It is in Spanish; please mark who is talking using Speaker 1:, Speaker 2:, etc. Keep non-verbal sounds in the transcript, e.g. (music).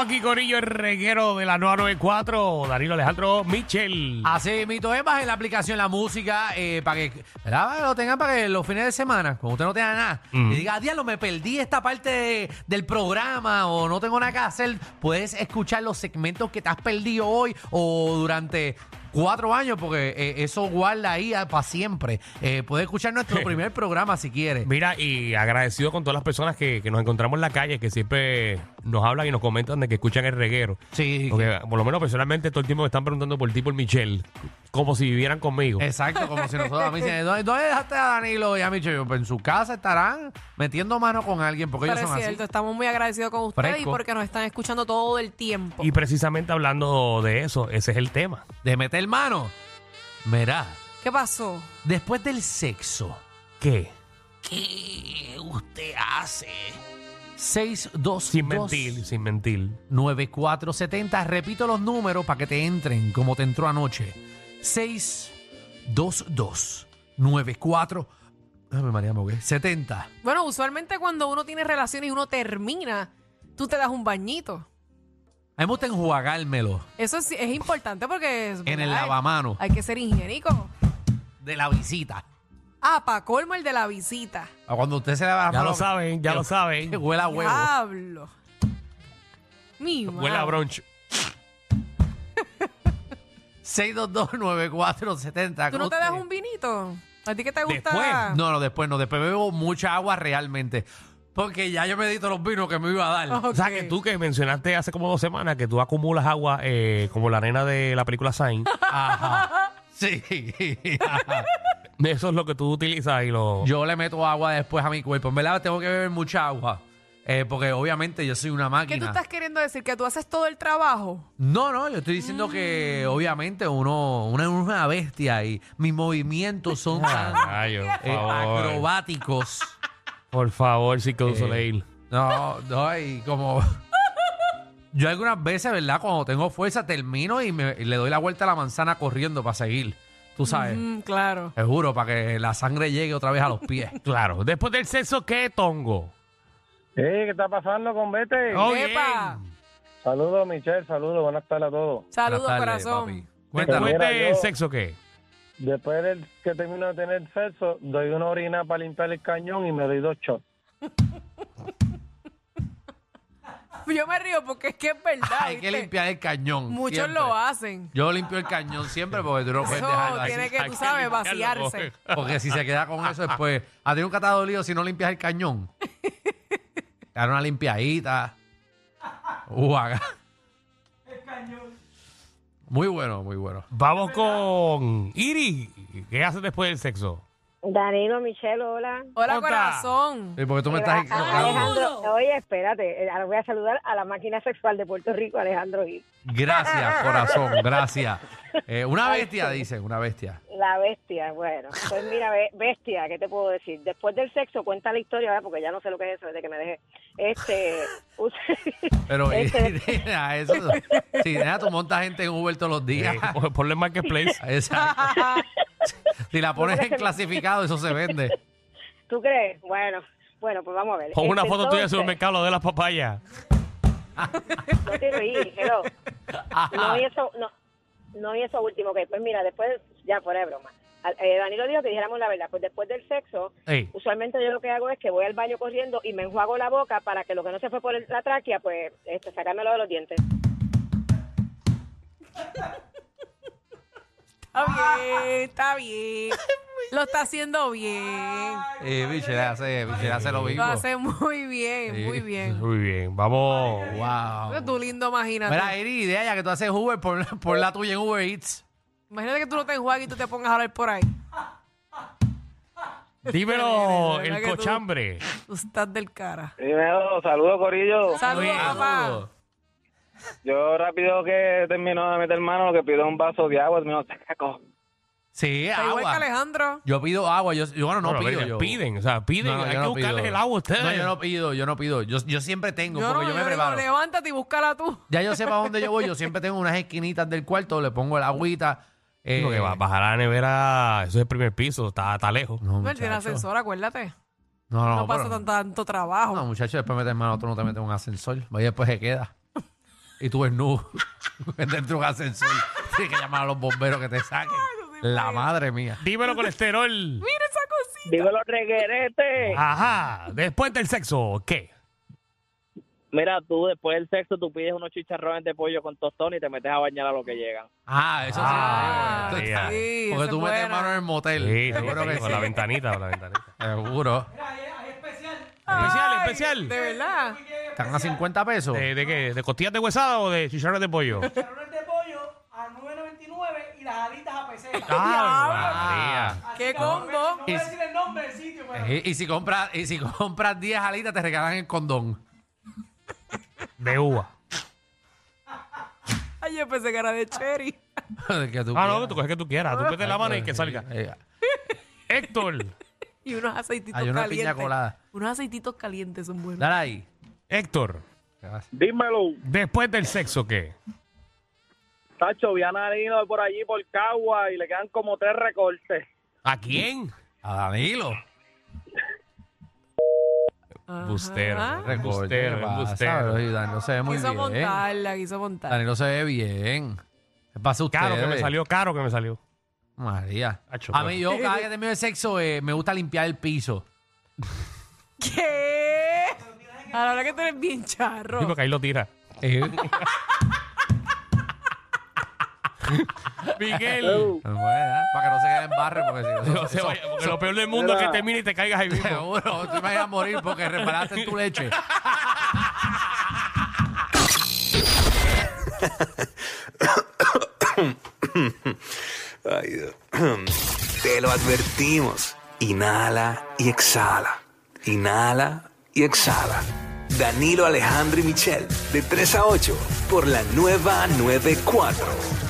Speaker 1: aquí, Corillo, el reguero de la 994, Danilo Alejandro Michel.
Speaker 2: Así mito es, bajen la aplicación, la música, eh, para que ¿verdad? lo tengan para que los fines de semana, cuando usted no tenga nada,
Speaker 1: Ujú.
Speaker 2: y diga, diablo, me perdí esta parte de- del programa o no tengo nada que hacer, puedes escuchar los segmentos que te has perdido hoy o durante cuatro años, porque eh, eso guarda ahí para siempre. Eh, puedes escuchar nuestro primer programa si quieres.
Speaker 1: Mira, y agradecido con todas las personas que, que nos encontramos en la calle, que siempre nos hablan y nos comentan de que escuchan el reguero.
Speaker 2: Sí,
Speaker 1: Porque, por lo menos personalmente todo el tiempo me están preguntando por ti, por Michelle, como si vivieran conmigo.
Speaker 2: Exacto, como si nosotros a mí se- ¿dónde, dónde dejaste a Danilo y a Micho? Yo, pues, En su casa estarán metiendo mano con alguien,
Speaker 1: Pues
Speaker 2: porque
Speaker 3: Pero
Speaker 2: ellos
Speaker 3: es
Speaker 2: son
Speaker 3: cierto, estamos muy agradecidos con ustedes
Speaker 2: Fresco.
Speaker 3: y porque nos están escuchando todo el tiempo.
Speaker 1: Y precisamente hablando de eso, ese es el tema.
Speaker 2: así. De meter mano. Mirá,
Speaker 3: ¿Qué pasó?
Speaker 2: después del sexo,
Speaker 1: ¿Qué?
Speaker 2: ¿qué usted hace? 622
Speaker 1: Sin mentir, sin mentir.
Speaker 2: 9470. Repito los números para que te entren como te entró anoche. 622 94 Ay, María, me ahogué. 70.
Speaker 3: Bueno, usualmente cuando uno tiene relaciones y uno termina, tú te das un bañito.
Speaker 2: A mí me gusta enjuagármelo
Speaker 3: Eso sí es importante porque... es-
Speaker 2: en el
Speaker 3: ¿verdad?
Speaker 2: lavamano
Speaker 3: Hay que ser higiénico.
Speaker 2: de la visita.
Speaker 3: Ah, pa' colmo el de la visita.
Speaker 2: A cuando usted se lava las
Speaker 1: Ya lo
Speaker 2: manos,
Speaker 1: saben, ya
Speaker 2: que-
Speaker 1: lo saben.
Speaker 2: Que huela a huevo.
Speaker 3: Diablo. Mi
Speaker 1: Ah, Huele a
Speaker 3: madre.
Speaker 1: brunch.
Speaker 2: 6229470.
Speaker 3: ¿Tú no te das un vinito? ¿A ti que te gusta?
Speaker 1: Después,
Speaker 2: No, no, después no. Después bebo mucha agua realmente. Porque ya yo me di todos los vinos que me iba a dar.
Speaker 3: Ok.
Speaker 1: O sea, que tú que mencionaste hace como dos semanas que tú acumulas agua eh, como la arena de la película Sign.
Speaker 3: (laughs)
Speaker 2: Ajá. Sí. (laughs)
Speaker 1: Eso es lo que tú utilizas y lo...
Speaker 2: yo le meto agua después a mi cuerpo. En verdad tengo que beber mucha agua. Eh, porque obviamente yo soy una máquina.
Speaker 3: ¿Qué tú estás queriendo decir? ¿Que tú haces todo el trabajo?
Speaker 2: No, no, yo estoy diciendo que
Speaker 3: Mm.
Speaker 2: obviamente uno, uno es una bestia y mis movimientos son tan,
Speaker 1: Ay,
Speaker 2: eh, acrobáticos.
Speaker 1: Por favor, sí que
Speaker 2: Eh, No, no, y como. (laughs) Yo algunas veces, ¿verdad? Cuando tengo fuerza, termino y, me- y le doy la vuelta a la manzana corriendo para seguir. Tú sabes.
Speaker 3: Mm, claro.
Speaker 2: Te juro, para que la sangre llegue otra vez a los pies.
Speaker 1: Claro. Después del sexo, ¿qué, Tongo?
Speaker 4: Hey, ¿qué está pasando con Vete?
Speaker 1: Oh,
Speaker 3: Epa.
Speaker 1: bien.
Speaker 4: Saludos, Michelle, saludos, buenas tardes a todos.
Speaker 3: (laughs) Saludos,
Speaker 2: Buenas tardes,
Speaker 3: corazón.
Speaker 2: papi. Cuéntanos.
Speaker 1: Después
Speaker 4: Mira,
Speaker 1: del
Speaker 4: yo-
Speaker 1: sexo, ¿qué?
Speaker 4: Después del que termino de tener sexo, doy una orina para limpiar el cañón y me doy dos shots.
Speaker 3: (laughs) Yo me río porque es que es verdad.
Speaker 2: Hay que
Speaker 3: ¿viste?
Speaker 2: limpiar el cañón.
Speaker 3: Muchos
Speaker 2: siempre.
Speaker 3: lo hacen.
Speaker 2: Yo limpio el cañón siempre porque tú no puedes dejarlo
Speaker 3: Eso
Speaker 2: ahí.
Speaker 3: tiene que,
Speaker 1: Hay
Speaker 3: tú
Speaker 1: que
Speaker 3: sabes,
Speaker 1: limpiarlo,
Speaker 3: vaciarse.
Speaker 2: Porque si se queda con eso después. A ti nunca te ha dolido si no limpias el cañón. Te dan una limpiadita. Uaga. El cañón. Muy bueno, muy bueno.
Speaker 1: Vamos con Iri. ¿Qué haces después del sexo?
Speaker 5: Danilo, Michelle, hola.
Speaker 3: Hola,
Speaker 1: Conta.
Speaker 3: corazón.
Speaker 2: Sí, Eh, porque tú me estás equivocando.
Speaker 5: Alejandro, oye, espérate, eh, ahora voy a saludar a la máquina sexual de Puerto Rico, Alejandro Gil.
Speaker 2: Gracias, corazón, gracias. Eh, una bestia, dicen, una bestia.
Speaker 5: La bestia, bueno. Pues mira, be- bestia, ¿qué te puedo decir? Después del sexo, cuenta la historia, ¿verdad? porque ya no sé lo que es eso desde que me dejé.
Speaker 1: (laughs)
Speaker 5: Este, us- (laughs)
Speaker 2: Pero
Speaker 5: Este-
Speaker 2: (laughs) a eso, si nena, tú montas gente en Uber todos los días.
Speaker 1: Eh, pon- ponlo en Marketplace.
Speaker 2: Exacto. Si la pones en clasificado, eso se vende.
Speaker 5: ¿tú crees? Bueno, bueno, pues vamos a ver.
Speaker 1: Pon una
Speaker 5: Este,
Speaker 1: foto tuya en el
Speaker 5: entonces,
Speaker 1: supermercado, lo de las papayas.
Speaker 5: No te ríes, hello. No, y eso, no, no, y eso último, que pues mira, después, ya fuera de broma. Al- eh, Danilo dijo que dijéramos la verdad, pues después del sexo,
Speaker 1: Ey.
Speaker 5: usualmente yo lo que hago es que voy al baño corriendo y me enjuago la boca para que lo que no se fue por el- la tráquea, pues este, sacármelo de los dientes.
Speaker 3: Está bien, está
Speaker 2: (laughs)
Speaker 3: bien. Lo está haciendo bien.
Speaker 2: Eh, Michelle hace, Michelle hace lo mismo.
Speaker 3: Lo hace muy bien, muy
Speaker 2: Sí.
Speaker 3: bien.
Speaker 1: Muy bien. Vamos.
Speaker 2: Wow.
Speaker 3: Tu lindo,
Speaker 2: Mira, eh.
Speaker 3: imagínate.
Speaker 2: Eri, idea ya que tú haces Uber, pon, pon la tuya en Uber Eats.
Speaker 3: Imagínate que tú no te enjuagues y tú te pongas a hablar por ahí.
Speaker 1: Dímelo,
Speaker 3: De verdad
Speaker 1: el
Speaker 3: que tú-
Speaker 1: cochambre.
Speaker 3: Tú estás del cara.
Speaker 4: Primero, saludos, Corillo.
Speaker 3: Saludos, papá.
Speaker 4: Yo rápido que termino de meter mano, lo que pido es un vaso de agua, termino saco.
Speaker 2: Sí,
Speaker 3: Está igual que
Speaker 2: agua.
Speaker 3: Alejandro.
Speaker 2: Yo pido agua. Yo, yo, bueno, no
Speaker 1: Bueno,
Speaker 2: pido.
Speaker 1: mira,
Speaker 2: Yo.
Speaker 1: Piden, o sea, piden.
Speaker 2: No, no, yo
Speaker 1: Hay que
Speaker 2: no
Speaker 1: buscarles
Speaker 2: pido.
Speaker 1: el agua a ustedes.
Speaker 2: No, yo no pido, yo no pido. Yo, yo siempre tengo,
Speaker 3: Yo no,
Speaker 2: porque yo,
Speaker 3: yo
Speaker 2: me
Speaker 3: digo,
Speaker 2: preparo.
Speaker 3: levántate y búscala tú.
Speaker 2: Ya yo sé para dónde yo voy. Yo siempre tengo unas esquinitas del cuarto, le pongo el agüita. eh,
Speaker 1: Digo que va- bajar a la nevera, eso es el primer piso, está, está lejos.
Speaker 2: No,
Speaker 3: No, él tiene
Speaker 2: muchacho.
Speaker 3: ascensor, acuérdate.
Speaker 2: No, no,
Speaker 3: No, pasa
Speaker 2: pero-
Speaker 3: tan- tanto trabajo.
Speaker 2: No, muchacho, después metes mano, tú no te metes en un ascensor. Vaya, después se queda. y tú (laughs) desnudo dentro de un ascensor. Tienes que llamar a los bomberos que te saquen. La madre mía.
Speaker 1: Dímelo, colesterol.
Speaker 3: Mira esa cosita.
Speaker 5: Digo los regueretes.
Speaker 1: Ajá. Después del sexo, ¿qué?
Speaker 6: Mira, tú después del sexo tú pides unos chicharrones de pollo con tostón y te metes a bañar a lo que llegan.
Speaker 2: Ah, eso
Speaker 1: Ah,
Speaker 2: sí.
Speaker 1: ya.
Speaker 3: Sí,
Speaker 2: Porque
Speaker 3: esa
Speaker 2: tú
Speaker 3: es
Speaker 2: metes
Speaker 3: buena.
Speaker 2: mano en el motel.
Speaker 1: Sí,
Speaker 2: Seguro
Speaker 1: seguro
Speaker 2: que
Speaker 1: con la
Speaker 2: sí.
Speaker 1: ventanita, con la ventanita.
Speaker 2: Seguro.
Speaker 1: (laughs) Especial,
Speaker 3: Ay,
Speaker 1: especial.
Speaker 3: De verdad.
Speaker 2: Están a 50 pesos.
Speaker 1: ¿De, de qué? ¿De costillas de huesada o de chicharrones de pollo?
Speaker 7: chicharrones de pollo a 9.99 y las alitas a peseta.
Speaker 1: Ah, María.
Speaker 7: Así
Speaker 3: ¡Qué
Speaker 7: que no voy a-
Speaker 3: combo!
Speaker 7: No voy a decir el nombre del sitio, pero
Speaker 2: Y, y si compras y si compras 10 alitas te regalan el condón. (laughs)
Speaker 1: De uva.
Speaker 3: Ay, yo pensé que era de cherry. (laughs)
Speaker 2: Que tú
Speaker 1: Ah, no, que
Speaker 2: quieras.
Speaker 1: tú coges que tú quieras. Tú metes la (laughs) mano y que salga.
Speaker 2: Eh,
Speaker 1: Héctor.
Speaker 3: Y unos aceititos
Speaker 2: Hay una piña
Speaker 3: calientes.
Speaker 2: colada.
Speaker 3: Unos aceititos calientes son buenos.
Speaker 2: Dale ahí.
Speaker 1: Héctor.
Speaker 4: Dímelo,
Speaker 1: Después del sexo, ¿qué?
Speaker 4: Tacho, vi a Narino por allí, por Cagua, y le quedan como tres recortes.
Speaker 1: ¿A quién?
Speaker 2: A Danilo.
Speaker 3: Ajá.
Speaker 1: Bustero.
Speaker 2: Recorte,
Speaker 1: Embustero,
Speaker 2: ¿qué pasa?
Speaker 1: embustero.
Speaker 2: Oye, Danilo se ve muy
Speaker 3: Quiso
Speaker 2: bien.
Speaker 3: montarla, quiso montarla.
Speaker 2: Danilo se ve bien. ¿Qué pasa usted?
Speaker 1: Caro que me salió, caro que me salió.
Speaker 2: María.
Speaker 1: Acho,
Speaker 2: A mí
Speaker 1: bueno.
Speaker 2: yo cada vez que termino el sexo eh, me gusta limpiar el piso.
Speaker 3: ¿Qué? A la hora que tú eres bien charro.
Speaker 1: Digo que ahí lo tira.
Speaker 2: Eh,
Speaker 1: (laughs) Miguel.
Speaker 2: no puede, ¿eh? Para que no se quede en barro porque si no,
Speaker 1: Pues (laughs) No
Speaker 2: eso-
Speaker 1: se vaya, porque lo peor del mundo es que termine y te caigas ahí mismo.
Speaker 2: (laughs) Seguro, tú me vas a morir porque reparaste tu leche.
Speaker 8: Ay, Dios. (clears throat) Te lo advertimos. Inhala y exhala. Inhala y exhala. Danilo Alejandro y Michel, de 3 a 8, por la nueva 94.